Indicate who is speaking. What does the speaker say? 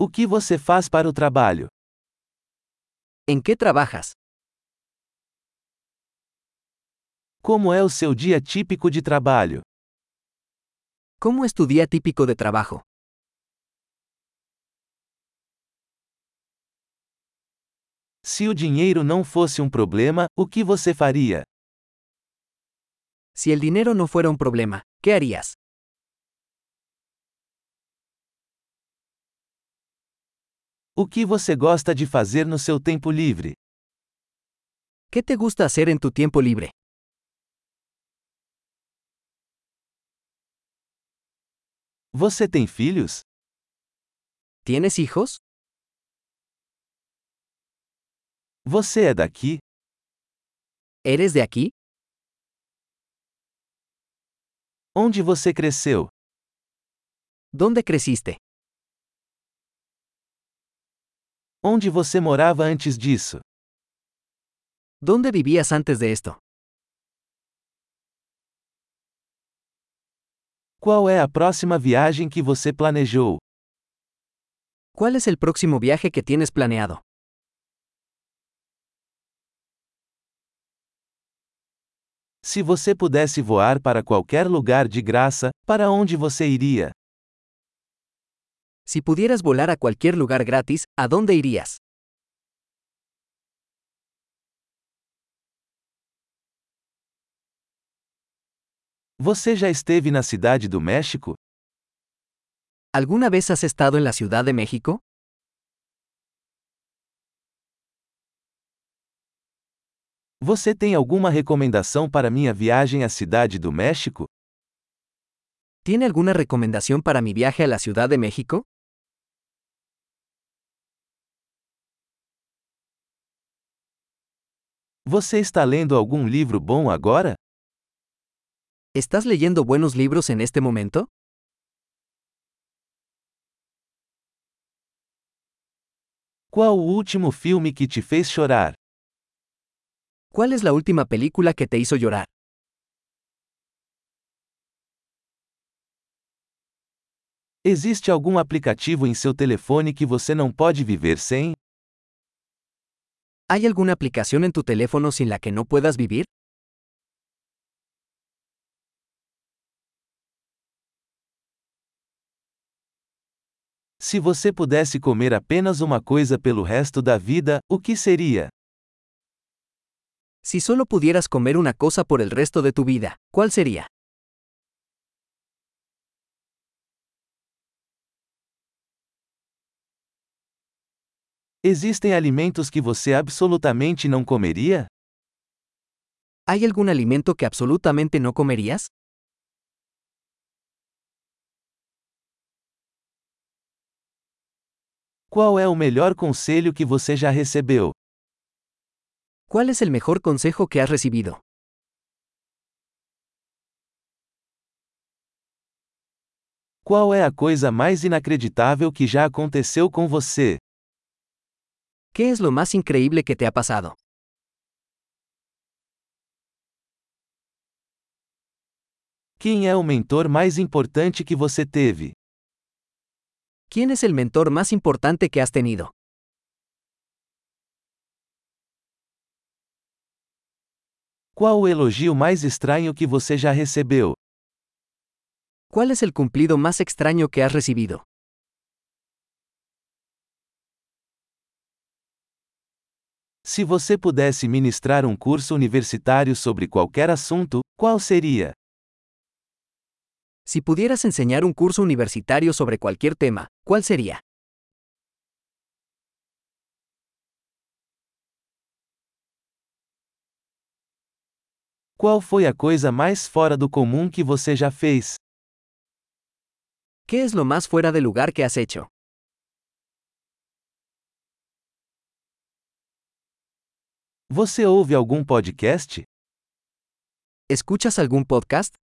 Speaker 1: O que você faz para o trabalho?
Speaker 2: ¿En qué trabajas?
Speaker 1: Como é o seu dia típico de trabalho?
Speaker 2: ¿Cómo es tu día típico de trabajo?
Speaker 1: Se o dinheiro não fosse um problema, o que você faria?
Speaker 2: Si el dinero no fuera un problema, ¿qué harías?
Speaker 1: O que você gosta de fazer no seu tempo livre?
Speaker 2: ¿Qué te gusta hacer en tu tiempo libre?
Speaker 1: Você tem filhos?
Speaker 2: ¿Tienes hijos?
Speaker 1: Você é daqui?
Speaker 2: ¿Eres de aquí?
Speaker 1: Onde você cresceu?
Speaker 2: ¿Dónde creciste?
Speaker 1: Onde você morava antes disso?
Speaker 2: ¿Dónde vivías antes de esto?
Speaker 1: Qual é a próxima viagem que você planejou?
Speaker 2: ¿Cuál es el próximo viaje que tienes planeado?
Speaker 1: Se você pudesse voar para qualquer lugar de graça, para onde você iria?
Speaker 2: Si pudieras volar a cualquier lugar gratis, ¿a dónde irías?
Speaker 1: Você já esteve na cidade do México?
Speaker 2: ¿Alguna vez has estado en la Ciudad de México?
Speaker 1: Você tem alguma recomendação para minha viagem à cidade do México?
Speaker 2: ¿Tiene alguna recomendación para mi viaje a la Ciudad de México?
Speaker 1: Você está lendo algum livro bom agora?
Speaker 2: ¿Estás leyendo buenos libros en este momento?
Speaker 1: Qual o último filme que te fez chorar?
Speaker 2: ¿Cuál es la última película que te hizo llorar?
Speaker 1: Existe algum aplicativo em seu telefone que você não pode viver sem?
Speaker 2: ¿Hay alguna aplicación en tu teléfono sin la que no puedas vivir?
Speaker 1: Se você pudesse comer apenas uma coisa pelo resto da vida, o que seria?
Speaker 2: Si solo pudieras comer una cosa por el resto de tu vida, ¿cuál sería?
Speaker 1: Existem alimentos que você absolutamente não comeria?
Speaker 2: ¿Hay algún alimento que absolutamente no comerías?
Speaker 1: Qual é o melhor conselho que você já recebeu?
Speaker 2: ¿Cuál es el mejor consejo que has recibido?
Speaker 1: Qual é a coisa mais inacreditável que já aconteceu com você?
Speaker 2: ¿Qué es lo más increíble que te ha pasado?
Speaker 1: Quem é o mentor mais importante que você teve?
Speaker 2: ¿Quién es el mentor más importante que has tenido?
Speaker 1: Qual o elogio mais estranho que você já recebeu?
Speaker 2: ¿Cuál es el cumplido más extraño que has recibido?
Speaker 1: Se você pudesse ministrar um curso universitário sobre qualquer assunto, qual seria?
Speaker 2: Si pudieras enseñar un curso universitario sobre cualquier tema, ¿cuál sería?
Speaker 1: Qual foi a coisa mais fora do comum que você já fez?
Speaker 2: ¿Qué es lo más fuera de lugar que has hecho?
Speaker 1: Você ouve algum podcast?
Speaker 2: ¿Escuchas algún podcast?